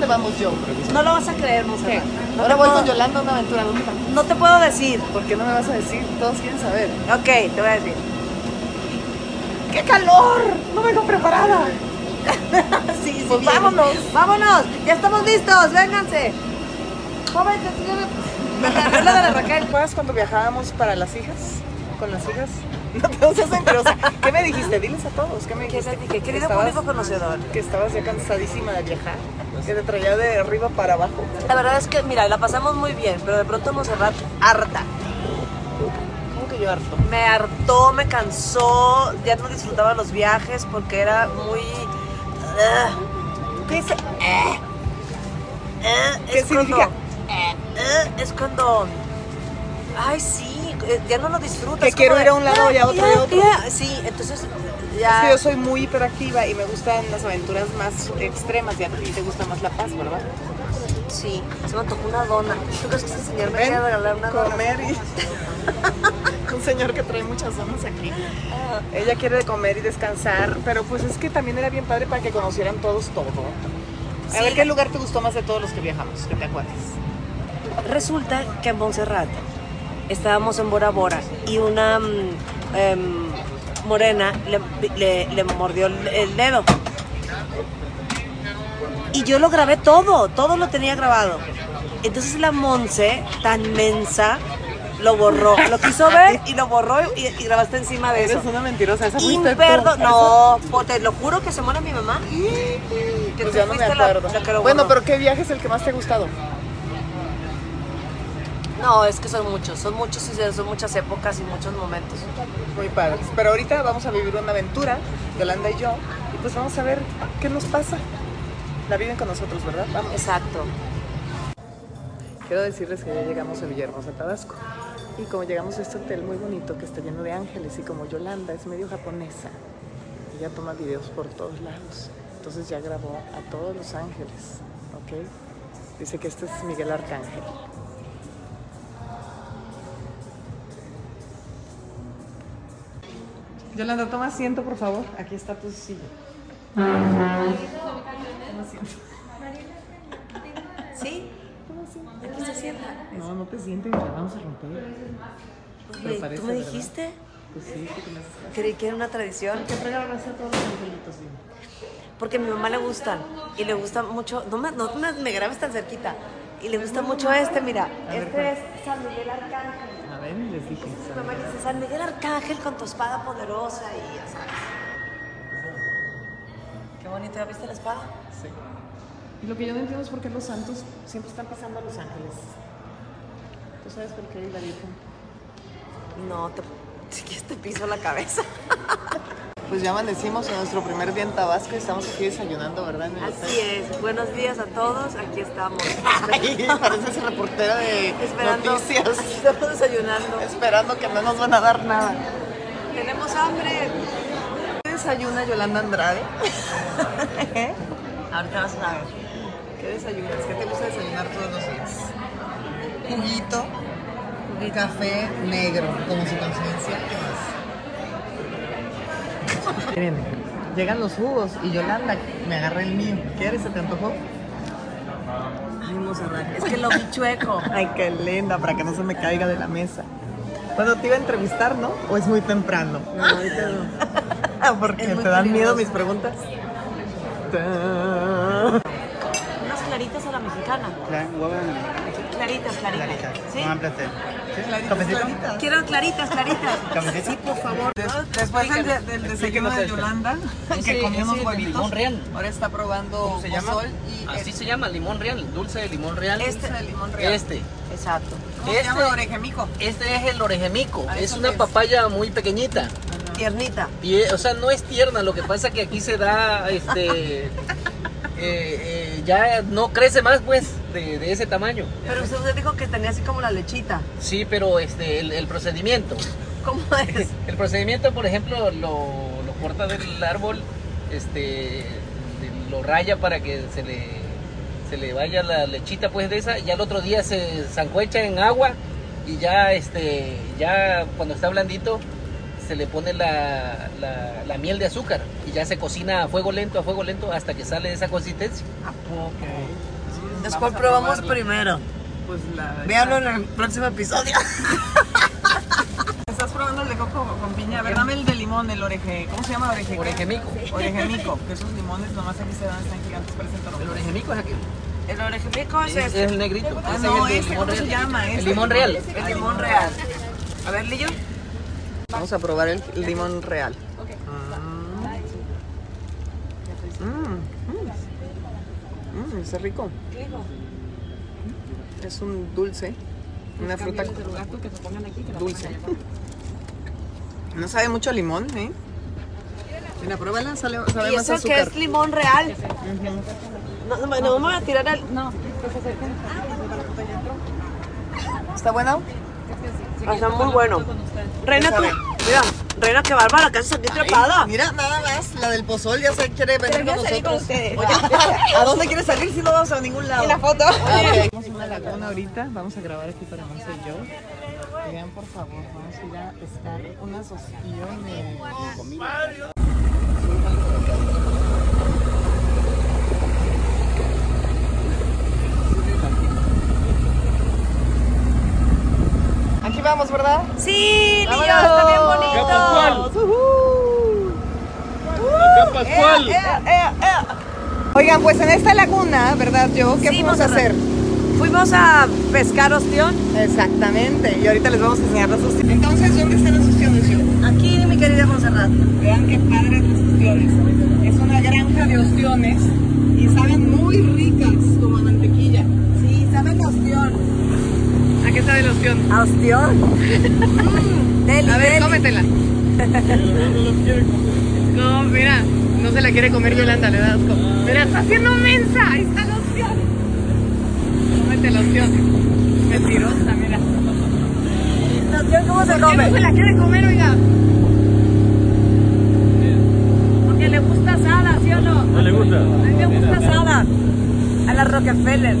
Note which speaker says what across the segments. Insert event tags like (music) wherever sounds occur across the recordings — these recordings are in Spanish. Speaker 1: vamos yo, profesor.
Speaker 2: No lo vas a creer, Monserrat. No
Speaker 1: Ahora
Speaker 2: te
Speaker 1: voy
Speaker 2: puedo-
Speaker 1: con Yolanda a una aventura loca.
Speaker 2: No te puedo decir.
Speaker 1: Ah. ¿Por qué no me vas a decir? Todos quieren saber.
Speaker 2: Ok, te voy a decir. ¡Qué calor! No vengo
Speaker 1: (laughs)
Speaker 2: preparada. sí, sí,
Speaker 1: Pues
Speaker 2: viene.
Speaker 1: vámonos.
Speaker 2: Vámonos. Ya estamos listos. Vénganse. Joven, te enseño la- la carrera de la
Speaker 1: (laughs)
Speaker 2: Raquel.
Speaker 1: ¿Recuerdas cuando viajábamos para las hijas? ¿Con las hijas? (laughs) No te vas a hacer, pero, o sea, ¿qué me dijiste? Diles a todos, ¿qué me
Speaker 2: ¿Qué
Speaker 1: dijiste?
Speaker 2: les dije? Querido
Speaker 1: Estabas-
Speaker 2: público conocedor.
Speaker 1: Que estabas ya cansadísima de viajar, que te traía de arriba para abajo.
Speaker 2: La verdad es que, mira, la pasamos muy bien, pero de pronto Monserrat harta.
Speaker 1: ¿Cómo que yo harto?
Speaker 2: me hartó, me cansó, ya no disfrutaba los viajes porque era muy... ah, Ugh. ¿Qué dice? Eh. Eh,
Speaker 1: ¿Qué
Speaker 2: es cuando-
Speaker 1: significa?
Speaker 2: Eh, eh, es cuando... Ay, sí, eh, ya no lo disfrutas.
Speaker 1: Que
Speaker 2: es como
Speaker 1: quiero
Speaker 2: de,
Speaker 1: ir a un lado y a otro y a
Speaker 2: "Ah,
Speaker 1: otro".
Speaker 2: ya". Sí, entonces
Speaker 1: Es
Speaker 2: ya...
Speaker 1: que yo soy muy hiperactiva y me gustan las aventuras más extremas y a ti te gusta más la paz, ¿verdad?
Speaker 2: Sí, se me antojó una dona. (laughs) ¿Tú crees que este señor me
Speaker 1: Ven,
Speaker 2: quiere regalar una dona?
Speaker 1: comer y... (laughs) Un señor que trae muchas donas aquí.
Speaker 2: Ah,
Speaker 1: Ella quiere de comer y descansar, pero pues es que también era bien padre para que conocieran todos todo. A
Speaker 2: Sí.
Speaker 1: ver, ¿qué lugar te gustó más de todos los que viajamos? Que te acuerdes.
Speaker 2: Resulta que en Montserrat estábamos en Bora Bora y una mm, em, morena le, le- le mordió el, el dedo. Y yo lo grabé todo, todo lo tenía grabado. Entonces la Monse, tan mensa, lo borró. Lo quiso ver y lo borró y, y grabaste encima de eso.
Speaker 1: Eres una mentirosa, esa fuiste tú.
Speaker 2: Imperdo, no, po- te lo juro que se muere mi mamá. Que
Speaker 1: Pues
Speaker 2: tú
Speaker 1: ya no me
Speaker 2: fuiste la-
Speaker 1: acuerdo.
Speaker 2: la que lo
Speaker 1: bueno,
Speaker 2: borró.
Speaker 1: pero ¿qué viaje es el que más te ha gustado?
Speaker 2: No, es que son muchos, son muchos y son muchas épocas y muchos momentos.
Speaker 1: Muy padres. Pero ahorita vamos a vivir una aventura, Yolanda y yo, y pues vamos a ver qué nos pasa. La viven con nosotros, ¿verdad? Vamos.
Speaker 2: Exacto.
Speaker 1: Quiero decirles que ya llegamos a Villahermosa, Tabasco. Y como llegamos a este hotel muy bonito que está lleno de ángeles y como Yolanda es medio japonesa, ella toma videos por todos lados. Entonces ya grabó a todos los ángeles, ¿ok? Dice que este es Miguel Arcángel. Yolanda, toma asiento, por favor. Aquí está tu silla.
Speaker 2: ¿Sí? Aquí se sienta.
Speaker 1: No, no te sientes, la vamos a romper. Pero
Speaker 2: Oye,
Speaker 1: parece,
Speaker 2: ¿Tú me
Speaker 1: ¿verdad?
Speaker 2: dijiste?
Speaker 1: Pues sí, que te las-
Speaker 2: Creí que era una tradición.
Speaker 1: ¿Qué regalo vas a todos los angelitos? dime?
Speaker 2: Porque a mi mamá le gustan. Y le gusta mucho. No me, no me, me grabes tan cerquita. Y le gusta mucho este, mira.
Speaker 1: ver,
Speaker 2: Este
Speaker 1: ¿cuál?
Speaker 2: es San Miguel Arcángel.
Speaker 1: A ver, les dije.
Speaker 2: Mi mamá dice San Miguel Arcángel con tu espada poderosa y ya sabes. Qué bonito, ¿ya viste la espada?
Speaker 1: Sí. Y lo que yo no entiendo es por qué los santos siempre están pasando a los ángeles. ¿Tú sabes por qué la Virgen?
Speaker 2: No, te, si quieres te piso la cabeza.
Speaker 1: Pues ya amanecimos en nuestro primer día en Tabasco y estamos aquí desayunando, ¿verdad? En el
Speaker 2: Así es. Buenos días a todos. Aquí estamos.
Speaker 1: hotel. (laughs) Ay, pareces reportera de
Speaker 2: Esperando. Aquí
Speaker 1: noticias.
Speaker 2: estamos desayunando.
Speaker 1: Esperando que no nos van a dar nada.
Speaker 2: Tenemos hambre.
Speaker 1: ¿Qué desayuna Yolanda (laughs) Andrade?
Speaker 2: Ahorita vas a ver.
Speaker 1: ¿Qué desayunas? ¿Qué te gusta desayunar todos los días? Juguito, café negro, como su conciencia. ¿Qué más? (laughs) Miren, llegan los jugos y Yolanda me agarré el mío. ¿Quieres? ¿Se te antojó?
Speaker 2: Ay, Monserrat, es que lo vi chueco.
Speaker 1: Ay, qué linda, para que no se me caiga de la mesa. Bueno, te iba a entrevistar, ¿no? ¿O es muy temprano? (laughs)
Speaker 2: No, ahorita no.
Speaker 1: Porque
Speaker 2: Es muy
Speaker 1: te dan miedo
Speaker 2: peligroso.
Speaker 1: mis preguntas. (laughs)
Speaker 2: Unas claritas a la mexicana.
Speaker 3: Claro, huevo en
Speaker 2: Claritas, claritas. Ah.
Speaker 3: clarita.
Speaker 2: ¿Sí?
Speaker 3: No, en placer.
Speaker 1: ¿Cafecito?
Speaker 2: Quiero claritas, claritas.
Speaker 3: ¿Cafecito?
Speaker 2: Sí, por favor.
Speaker 1: Después del,
Speaker 2: Explícame.
Speaker 1: del desayuno de Yolanda, (laughs) que comió unos huevitos, ahora está probando
Speaker 4: se llama? Ah,
Speaker 1: pozol y
Speaker 4: Así se llama, limón real, dulce de limón real.
Speaker 2: Este.
Speaker 1: de limón real.
Speaker 4: Este,
Speaker 2: Exacto.
Speaker 1: ¿Cómo se
Speaker 4: Este-
Speaker 1: llama? Orejamico.
Speaker 4: este es el orejemico,
Speaker 1: Ah,
Speaker 4: es
Speaker 1: ¿eso
Speaker 4: una
Speaker 1: qué es?
Speaker 4: papaya muy pequeñita.
Speaker 2: Tiernita.
Speaker 4: Pie- o sea, no es tierna, lo que pasa que aquí se da,
Speaker 1: (laughs)
Speaker 4: este, eh, eh, ya no crece más pues de, de ese tamaño.
Speaker 2: Pero usted usted dijo que tenía así como la lechita.
Speaker 4: Sí, pero este, el, el procedimiento.
Speaker 2: ¿Cómo es?
Speaker 4: El procedimiento, por ejemplo, lo, lo corta del árbol, este, de- lo raya para que se le, se le vaya la lechita pues de esa, y al otro día se zancuecha en agua y ya, este, ya cuando está blandito se le pone la, la- la miel de azúcar y ya se cocina a fuego lento, a fuego lento hasta que sale esa consistencia.
Speaker 1: ¿A poco?
Speaker 2: Entonces,
Speaker 1: Vamos
Speaker 2: ¿cuál
Speaker 1: a
Speaker 2: probamos
Speaker 1: probarla.
Speaker 2: primero?
Speaker 1: Pues la.
Speaker 2: Véanlo en el próximo episodio.
Speaker 1: Estás probando el de coco con piña. A ver, dame el de limón, el oreje. ¿Cómo se llama oreje?
Speaker 4: Orejemico.
Speaker 1: Orejemico. Que esos limones nomás aquí se dan, están gigantes, parecen
Speaker 4: El
Speaker 1: toronjas.
Speaker 4: orejemico es aquel.
Speaker 2: El orejemico
Speaker 4: Es, es el negrito.
Speaker 1: Ah,
Speaker 4: Ese
Speaker 1: no,
Speaker 4: es el de
Speaker 1: ese,
Speaker 4: limón
Speaker 1: ¿cómo se
Speaker 4: real.
Speaker 1: llama?
Speaker 4: El
Speaker 1: Ese.
Speaker 4: limón real.
Speaker 2: El limón real. A ver, Lillo.
Speaker 1: Vamos a probar el limón real. Ah. Mm. Mm. Mm, está rico. Es un dulce, una fruta dulce. (laughs) No sabe mucho a limón, ¿eh? Mira, pruébala, sale, sabe
Speaker 2: Y
Speaker 1: más
Speaker 2: eso
Speaker 1: a
Speaker 2: que
Speaker 1: azúcar.
Speaker 2: es limón real. No, no, no me voy a tirar Ah, al. No.
Speaker 1: ¿Está bueno?
Speaker 2: Está muy bueno. Reina, tú.
Speaker 1: sabe.
Speaker 2: Mira, Reina, qué bárbara, casi aquí atrapada.
Speaker 1: Eh, Mira, nada más, la del pozol ya se quiere venir con
Speaker 2: salir con
Speaker 1: nosotros. (laughs)
Speaker 2: ustedes.
Speaker 1: Oye, ¿a dónde quiere salir si no vamos a ningún lado?
Speaker 2: foto.
Speaker 1: Vamos a una laguna ahorita, vamos a grabar aquí para Monse y yo. Vean, por favor, vamos a ir a pescar unas ostiones. Aquí vamos, ¿verdad?
Speaker 2: Sí, Lillo,
Speaker 1: Vámonos.
Speaker 2: está bien
Speaker 3: Capaz
Speaker 2: bonito.
Speaker 1: ¡Uhú!
Speaker 3: Acá Pascual.
Speaker 1: ¡Ea, ea, ea! eh, Oigan, pues en esta laguna, ¿verdad, yo? ¿Qué
Speaker 2: Sí,
Speaker 1: vamos a
Speaker 2: Monserrat.
Speaker 1: hacer?
Speaker 2: Fuimos a pescar ostión.
Speaker 1: Exactamente, y ahorita les vamos a enseñar las ostiones. Entonces, ¿dónde están las ostiones, yo?
Speaker 2: Aquí, mi querida Monserrat.
Speaker 1: Vean qué padres las ostiones. Es una granja de ostiones y saben muy ricas como a mantequilla.
Speaker 2: Sí, saben ostión.
Speaker 1: ¿A qué sabe el ostión?
Speaker 2: ¿A (laughs) ostión? Mm, deli,
Speaker 1: A ver,
Speaker 2: deli.
Speaker 1: cómetela. No, mira, no se la quiere comer Yolanda, le da asco. Mira, está haciendo mensa, ahí está la ostión. Cómete la ostión. Mentirosa, mira.
Speaker 2: ¿La ostión cómo se
Speaker 1: ¿Por qué no se
Speaker 2: come?
Speaker 1: la quiere comer, oiga?
Speaker 2: Porque le gusta asada, ¿sí o no?
Speaker 3: No le gusta.
Speaker 2: A mí me gusta asada. A la Rockefeller.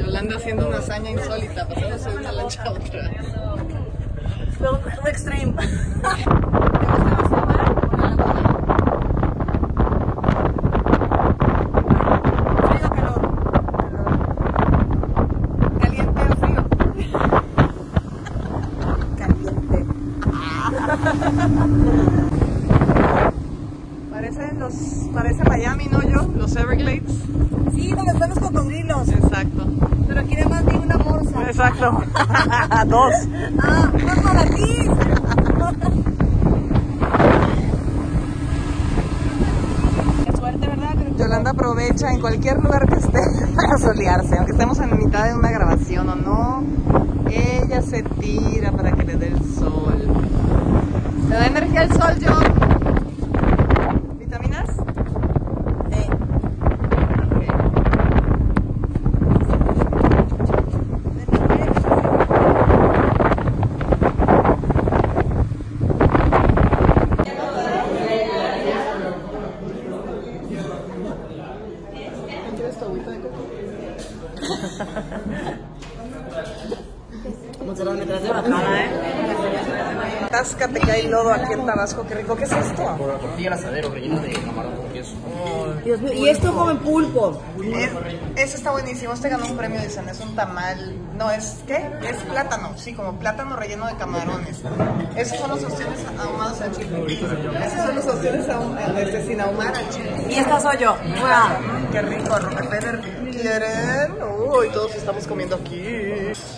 Speaker 1: Yolanda haciendo una hazaña insólita, pasándose de una lancha a otra.
Speaker 2: Pero es un extreme.
Speaker 1: Frío, calor. Caliente o frío.
Speaker 2: Caliente.
Speaker 1: (laughs) Parecen los, parece Miami, ¿no yo? Los Everglades.
Speaker 2: Sí, donde están los cocodrilos.
Speaker 1: Exacto.
Speaker 2: Pero aquí nada más vi una morsa.
Speaker 1: (laughs) Exacto. Dos.
Speaker 2: Ah, más para ti. Qué suerte, ¿verdad?
Speaker 1: Yolanda aprovecha en cualquier lugar que esté (laughs) para solearse, aunque estemos en mitad de una grabación o no. Ella se tira para que le dé el sol. ¿Te da energía el sol, yo? ¿Vitaminas?
Speaker 2: Sí. ¿eh?
Speaker 1: Táscate que hay lodo aquí en Tabasco, qué rico. ¿Qué es esto?
Speaker 4: Tortilla al asadero rellena de camarón con queso.
Speaker 2: Dios mío, y esto come pulpo.
Speaker 1: Es- Ese está buenísimo, este ganó un premio, dicen, es un tamal, no, es, ¿qué? Es plátano, sí, como plátano relleno de camarones. Esos son los ostiones ahumados al chile. Esos son los ostiones ahum- este, sin ahumar al chile.
Speaker 2: Y esta soy yo. Mua.
Speaker 1: Mm, qué rico, Rockefeller. ¿Quieren? Uy, todos estamos comiendo aquí.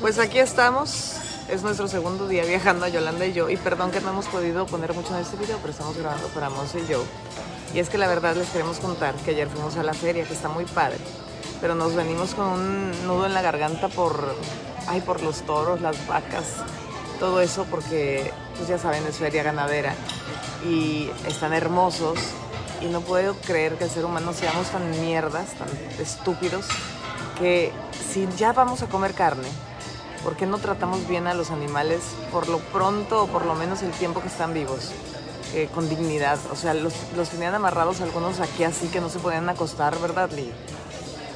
Speaker 1: Pues aquí estamos. Es nuestro segundo día viajando, Yolanda y yo. Y perdón que no hemos podido poner mucho en este video, pero estamos grabando para Monse y yo. Y es que la verdad les queremos contar que ayer fuimos a la feria, que está muy padre. Pero nos venimos con un nudo en la garganta por, ay, por los toros, las vacas, todo eso, porque, pues ya saben, es feria ganadera. Y están hermosos. Y no puedo creer que el ser humano seamos tan mierdas, tan estúpidos, que si ya vamos a comer carne, ¿Por qué no tratamos bien a los animales por lo pronto o por lo menos el tiempo que están vivos? Eh, con dignidad. O sea, los, los tenían amarrados algunos aquí así que no se podían acostar, ¿verdad, Lee?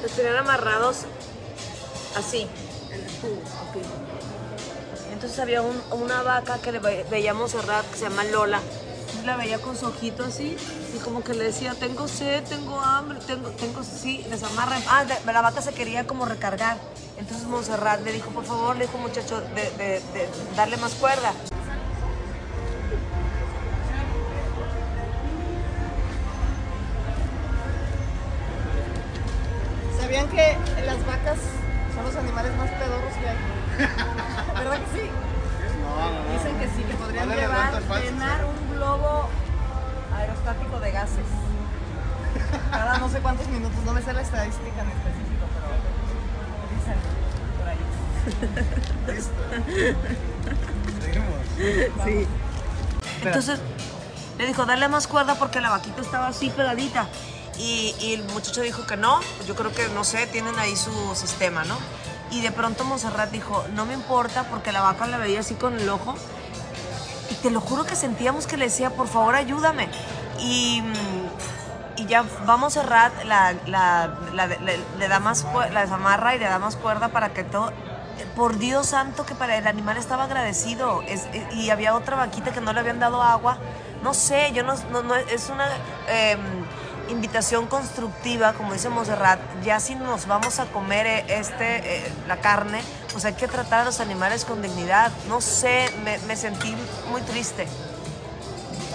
Speaker 2: Los tenían amarrados así. En Entonces había un- una vaca que le ve- veía a Montserrat, que se llama Lola. Entonces la veía con su ojito así y como que le decía, tengo sed, tengo hambre, tengo, tengo, sí, desamarren. Ah, de- la vaca se quería como recargar. Entonces Montserrat le dijo, por favor, le dijo muchacho, de, de- de darle más cuerda.
Speaker 5: ¿Sabían que las vacas son los animales más pedorros que hay?
Speaker 6: (laughs)
Speaker 5: ¿Verdad que sí?
Speaker 6: No, no, no.
Speaker 5: Dicen que sí, que podrían
Speaker 6: No le
Speaker 5: llevar,
Speaker 6: levantas falsas,
Speaker 5: llenar un globo aerostático de gases. Cada no sé cuántos minutos, no me sé la estadística en específico, pero dicen por ahí.
Speaker 6: Listo. Seguimos.
Speaker 2: Entonces le dijo, dale más cuerda porque la vaquita estaba así pegadita. Y, y el muchacho dijo que no, pues yo creo que, no sé, tienen ahí su sistema, ¿no? Y de pronto Monserrat dijo, no me importa porque la vaca la veía así con el ojo. Y te lo juro que sentíamos que le decía, por favor, ayúdame. Y, mm, y ya vamos a cerrar, la, la- la- le, le da más, cue- la desamarra y le da más cuerda para que todo... Por Dios santo que para el animal estaba agradecido Es- e- y había otra vaquita que no le habían dado agua. No sé, yo no, no- no- es una em, invitación constructiva, como dice Monserrat, ya si nos vamos a comer eh, este, eh, la carne, pues hay que tratar a los animales con dignidad. No sé, me, me sentí muy triste,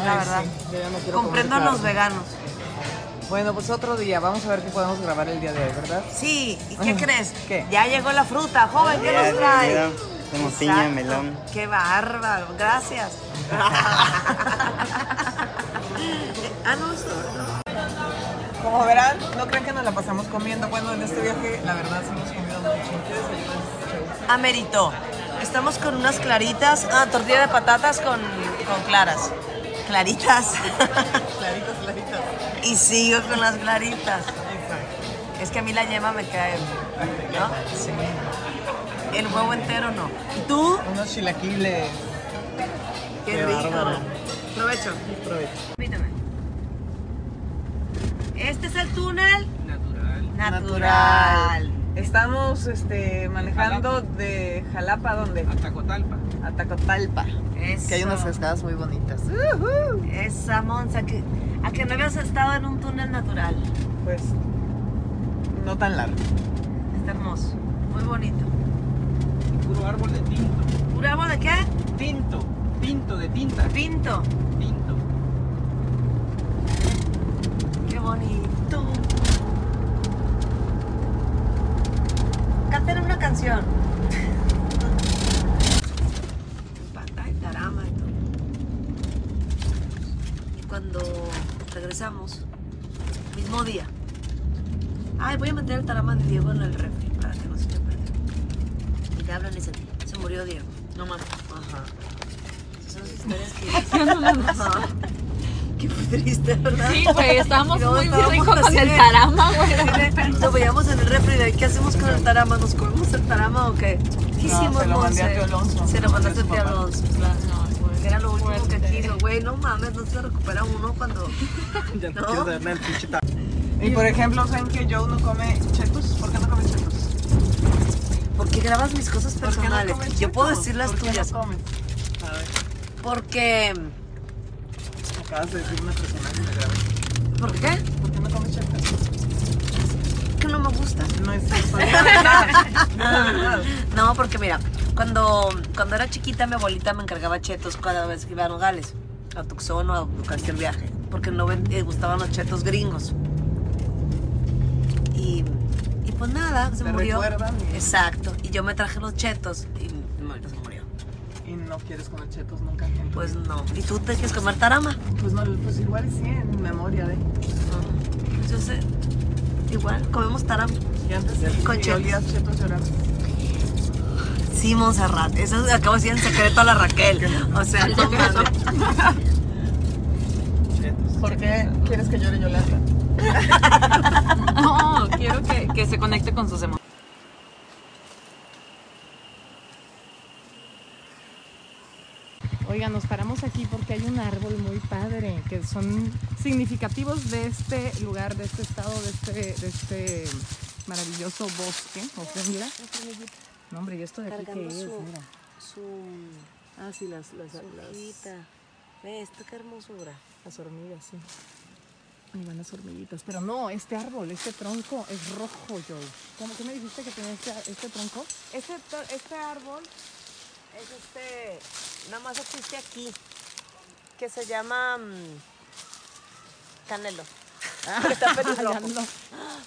Speaker 2: la
Speaker 1: Ay,
Speaker 2: verdad.
Speaker 1: sí, yo ya no quiero
Speaker 2: Comprendo a
Speaker 1: comer
Speaker 2: los
Speaker 1: carne.
Speaker 2: veganos.
Speaker 1: Bueno, pues otro día. Vamos a ver qué podemos grabar el día de hoy, ¿verdad?
Speaker 2: Sí, ¿y qué
Speaker 1: Ujú.
Speaker 2: crees?
Speaker 1: ¿Qué?
Speaker 2: Ya llegó la fruta, joven, ¿qué
Speaker 6: Ya,
Speaker 2: nos trae?
Speaker 6: ya, como piña,
Speaker 2: Exacto.
Speaker 6: melón.
Speaker 2: Qué bárbaro, gracias. ah, no, eso no.
Speaker 1: Como verán, no crean que nos la pasamos comiendo. Bueno, en este viaje, la verdad, sí hemos comido mucho. ¿Qué desayunas, Chau?
Speaker 2: Ameritó. Estamos con unas claritas, ah, tortilla de patatas con, con claras. Claritas.
Speaker 1: Claritas, claritas.
Speaker 2: (laughs) y sigo con las claritas.
Speaker 1: Exacto.
Speaker 2: Es que a mí la yema me cae, ¿no? Sí. El huevo entero no. ¿Y tú?
Speaker 1: Unos chilaquiles.
Speaker 2: Qué,
Speaker 1: Qué
Speaker 2: rico.
Speaker 1: bárbaro.
Speaker 2: Provecho.
Speaker 1: Provecho.
Speaker 2: Permítame. Este es el túnel
Speaker 4: Natural.
Speaker 2: natural.
Speaker 1: Estamos este, manejando de Jalapa, ¿a ¿dónde?
Speaker 4: Atacotalpa.
Speaker 1: A Tacotalpa.
Speaker 2: Eso.
Speaker 5: Que hay unas cascadas muy bonitas.
Speaker 2: Esa Monza, que, a que no habías estado en un túnel natural.
Speaker 1: Pues, no tan largo.
Speaker 2: Está hermoso. Muy bonito.
Speaker 4: Puro árbol de tinto.
Speaker 2: ¿Curamos de qué?
Speaker 4: Tinto. Tinto de tinta.
Speaker 2: Pinto.
Speaker 4: Tinto.
Speaker 2: Qué bonito. Canten una canción. Patay, tarama y todo. Y cuando regresamos, mismo día. Ay, voy a meter el tarama de Diego en el refri para que no se eche a perder. Y te hablan y dicen, se murió Diego. No mames. Ajá. Esas son las historias (laughs) que... Ajá. Qué triste, ¿verdad? (laughs)
Speaker 7: Sí, güey, estábamos
Speaker 2: No,
Speaker 7: muy
Speaker 2: estábamos
Speaker 7: ricos con
Speaker 2: así
Speaker 7: el
Speaker 2: de-
Speaker 7: tarama, güey.
Speaker 2: (laughs) Lo veíamos en el refri, de, ¿qué hacemos con el tarama? ¿Nos comemos el tarama o qué? ¿Qué
Speaker 1: No,
Speaker 2: hicimos,
Speaker 1: se lo mandé a
Speaker 2: Monse?
Speaker 1: tío Alonso.
Speaker 2: Se lo mandaste a
Speaker 1: Su
Speaker 2: tío
Speaker 1: papá.
Speaker 2: Alonso, claro.
Speaker 7: güey,
Speaker 2: Era lo último que
Speaker 7: fuerte.
Speaker 2: quiso, güey, no mames, no se recupera uno
Speaker 1: (laughs)
Speaker 2: cuando... ¿No?
Speaker 1: Y por ejemplo, ¿saben que Joe no come chetos? ¿Por qué no come chetos?
Speaker 2: ¿Por qué grabas mis cosas
Speaker 1: ¿Por qué no
Speaker 2: personales?
Speaker 1: come
Speaker 2: Yo puedo
Speaker 1: chetos?
Speaker 2: decir las
Speaker 1: ¿Por qué no
Speaker 2: tuyas.
Speaker 1: comes? A ver,
Speaker 2: Porque...
Speaker 1: acabas de decir una persona que me grabé.
Speaker 2: ¿Por qué?
Speaker 1: ¿Por qué no comes chetos?
Speaker 2: Que no me gusta.
Speaker 1: No es cierto. no es (laughs) verdad. No es verdad.
Speaker 2: No, porque mira, cuando, cuando era chiquita mi abuelita me encargaba chetos cada vez que iba a Nogales, a Tucson o a cualquier viaje, porque no ven- eh, gustaban los chetos gringos. Y, y pues nada, se
Speaker 1: Te
Speaker 2: murió.
Speaker 1: recuerdan y-
Speaker 2: Exacto, y yo me traje los chetos y mi abuelita se murió.
Speaker 1: Y no quieres comer chetos nunca. en tu
Speaker 2: Pues
Speaker 1: vida.
Speaker 2: no. ¿Y tú te quieres comer tarama?
Speaker 1: pues no, pues igual y sí, en memoria ¿eh? de.
Speaker 2: Entonces, igual, comemos tarama.
Speaker 1: Y antes
Speaker 2: Con
Speaker 1: y
Speaker 2: chetos.
Speaker 1: olías chetos llorando.
Speaker 2: Sí, Monserrat, eso acabo de decir en secreto a
Speaker 1: (laughs)
Speaker 2: la Raquel. O sea, no mames.
Speaker 1: ¿Por qué quieres que llore Yolanda?
Speaker 7: No, Oh, quiero que, que se conecte con sus emociones.
Speaker 8: Oiga, nos paramos aquí porque hay un árbol muy padre, que son significativos de este lugar, de este estado, de este, de este maravilloso bosque. ¿O qué, mira? No, hombre, yo estoy aquí que es, mira.
Speaker 2: su,
Speaker 1: Ah, sí, las, las,
Speaker 2: su
Speaker 1: las-
Speaker 2: hojita. Ve esto, qué hermosura.
Speaker 1: las hormigas, sí. Ahí van las hormiguitas. Pero no, este árbol, este tronco es rojo, Joe. ¿Cómo que me dijiste que tenía este, este tronco?
Speaker 2: Este, to- este árbol es este, nada más existe aquí, que se llama mm, canelo. Ah, Porque (laughs)
Speaker 1: (laughs)
Speaker 2: está pelirrojo.
Speaker 1: Canelo.
Speaker 2: Porque está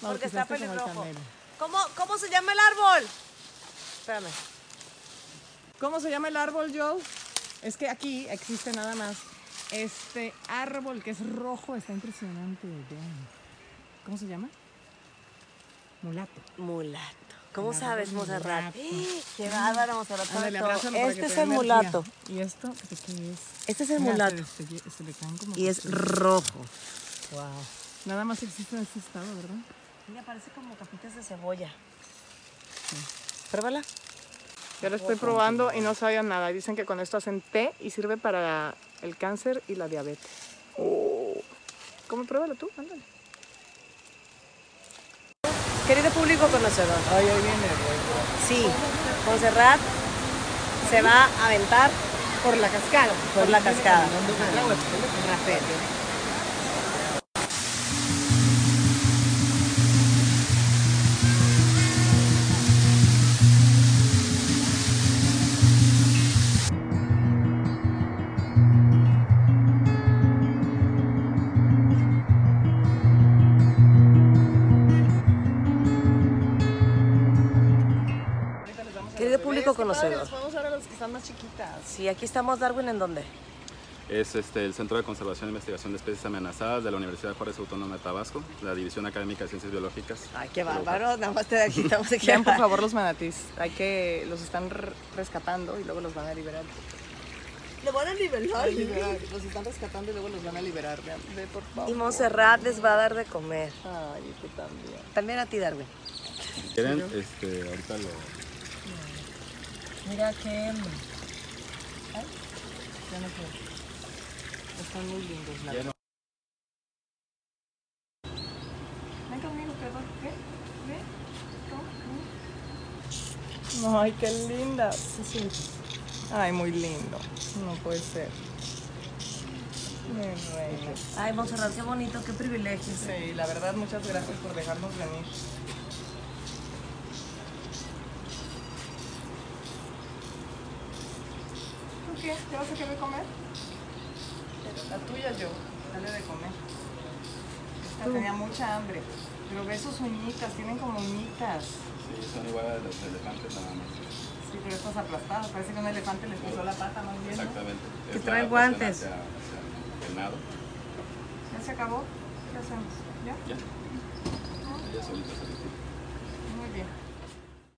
Speaker 1: Bautizaste como pues, este el
Speaker 2: pelirrojo.
Speaker 1: canelo.
Speaker 2: ¿Cómo, ¿Cómo se llama el árbol? Espérame.
Speaker 1: ¿Cómo se llama el árbol, Joe? Es que aquí existe nada más. Este árbol que es rojo está impresionante, vean. ¿Cómo se llama? Mulato.
Speaker 2: Mulato. ¿Cómo
Speaker 1: El árbol
Speaker 2: sabes, Monserrat?
Speaker 1: mulato.
Speaker 2: ¡Eh! ¡Qué bárbara, Monserrat! sabe
Speaker 1: Ándale,
Speaker 2: todo.
Speaker 1: abrázalo para que
Speaker 2: Este
Speaker 1: te
Speaker 2: es
Speaker 1: dé
Speaker 2: el
Speaker 1: energía.
Speaker 2: mulato.
Speaker 1: ¿Y esto? ¿Este qué es?
Speaker 2: Este es el
Speaker 1: Mira,
Speaker 2: mulato.
Speaker 1: Se, destelle- se le caen como
Speaker 2: Y es
Speaker 1: pechugas.
Speaker 2: rojo. Wow.
Speaker 1: Nada más existe en este estado, ¿verdad?
Speaker 2: Mira, parece como capitas de cebolla. Pruébala.
Speaker 1: Yo lo estoy probando y no sabían nada. Dicen que con esto hacen té y sirve para el cáncer y la diabetes. Oh. ¿Cómo pruébalo tú? Ándale.
Speaker 2: Querido público conocedor. Sí, Monserrat se va a aventar
Speaker 1: Por la cascada.
Speaker 2: por la cascada. Querido público conocedor.
Speaker 1: Vamos ahora a las que están más chiquitas.
Speaker 2: Sí, aquí estamos, Darwin, ¿en dónde?
Speaker 9: Es este, el Centro de Conservación e Investigación de Especies Amenazadas de la Universidad Juárez Autónoma de Tabasco, la División Académica de Ciencias Biológicas.
Speaker 2: Ay, qué bárbaro, nada más te aquí, estamos
Speaker 1: (laughs)
Speaker 2: aquí.
Speaker 1: Vean, por favor, los manatís. Hay que... Los están r- rescatando y luego los van a liberar.
Speaker 2: Lo van a nivelar.
Speaker 1: Los están rescatando y luego los van a liberar. Vean, ve, por favor.
Speaker 2: Y Monserrat les va a dar de comer.
Speaker 1: Ay, y tú también.
Speaker 2: También a ti, Darwin.
Speaker 9: Si quieren, este, ahorita lo...
Speaker 1: Mira que... Ya no puedo. Están muy lindos, la
Speaker 9: Ya no.
Speaker 5: Ven conmigo, perdón. ¿Qué? ¿Qué?
Speaker 1: Ay, qué linda. Ay, muy lindo. No puede ser. Mi reina.
Speaker 2: Ay, Monserrat, qué bonito, qué privilegio.
Speaker 1: Sí, la verdad, muchas gracias por dejarnos venir.
Speaker 5: ¿Tú qué? ¿Te vas a querer comer?
Speaker 1: La tuya, yo. Dale de comer. Esta tenía mucha hambre. Pero ve sus uñitas, tienen como uñitas.
Speaker 9: Sí, son igual a los elefantes nada más.
Speaker 1: Sí, pero estas aplastadas. Parece que un elefante les pisó la pata más bien. ¿no?
Speaker 9: Exactamente.
Speaker 2: Que
Speaker 9: Es
Speaker 2: traen
Speaker 9: la
Speaker 2: guantes.
Speaker 9: adaptación hacia- hacia el nado.
Speaker 5: ¿Ya se acabó? ¿Qué hacemos? ¿Ya?
Speaker 9: Ya. Ellas solitas, solitas.
Speaker 5: Muy bien.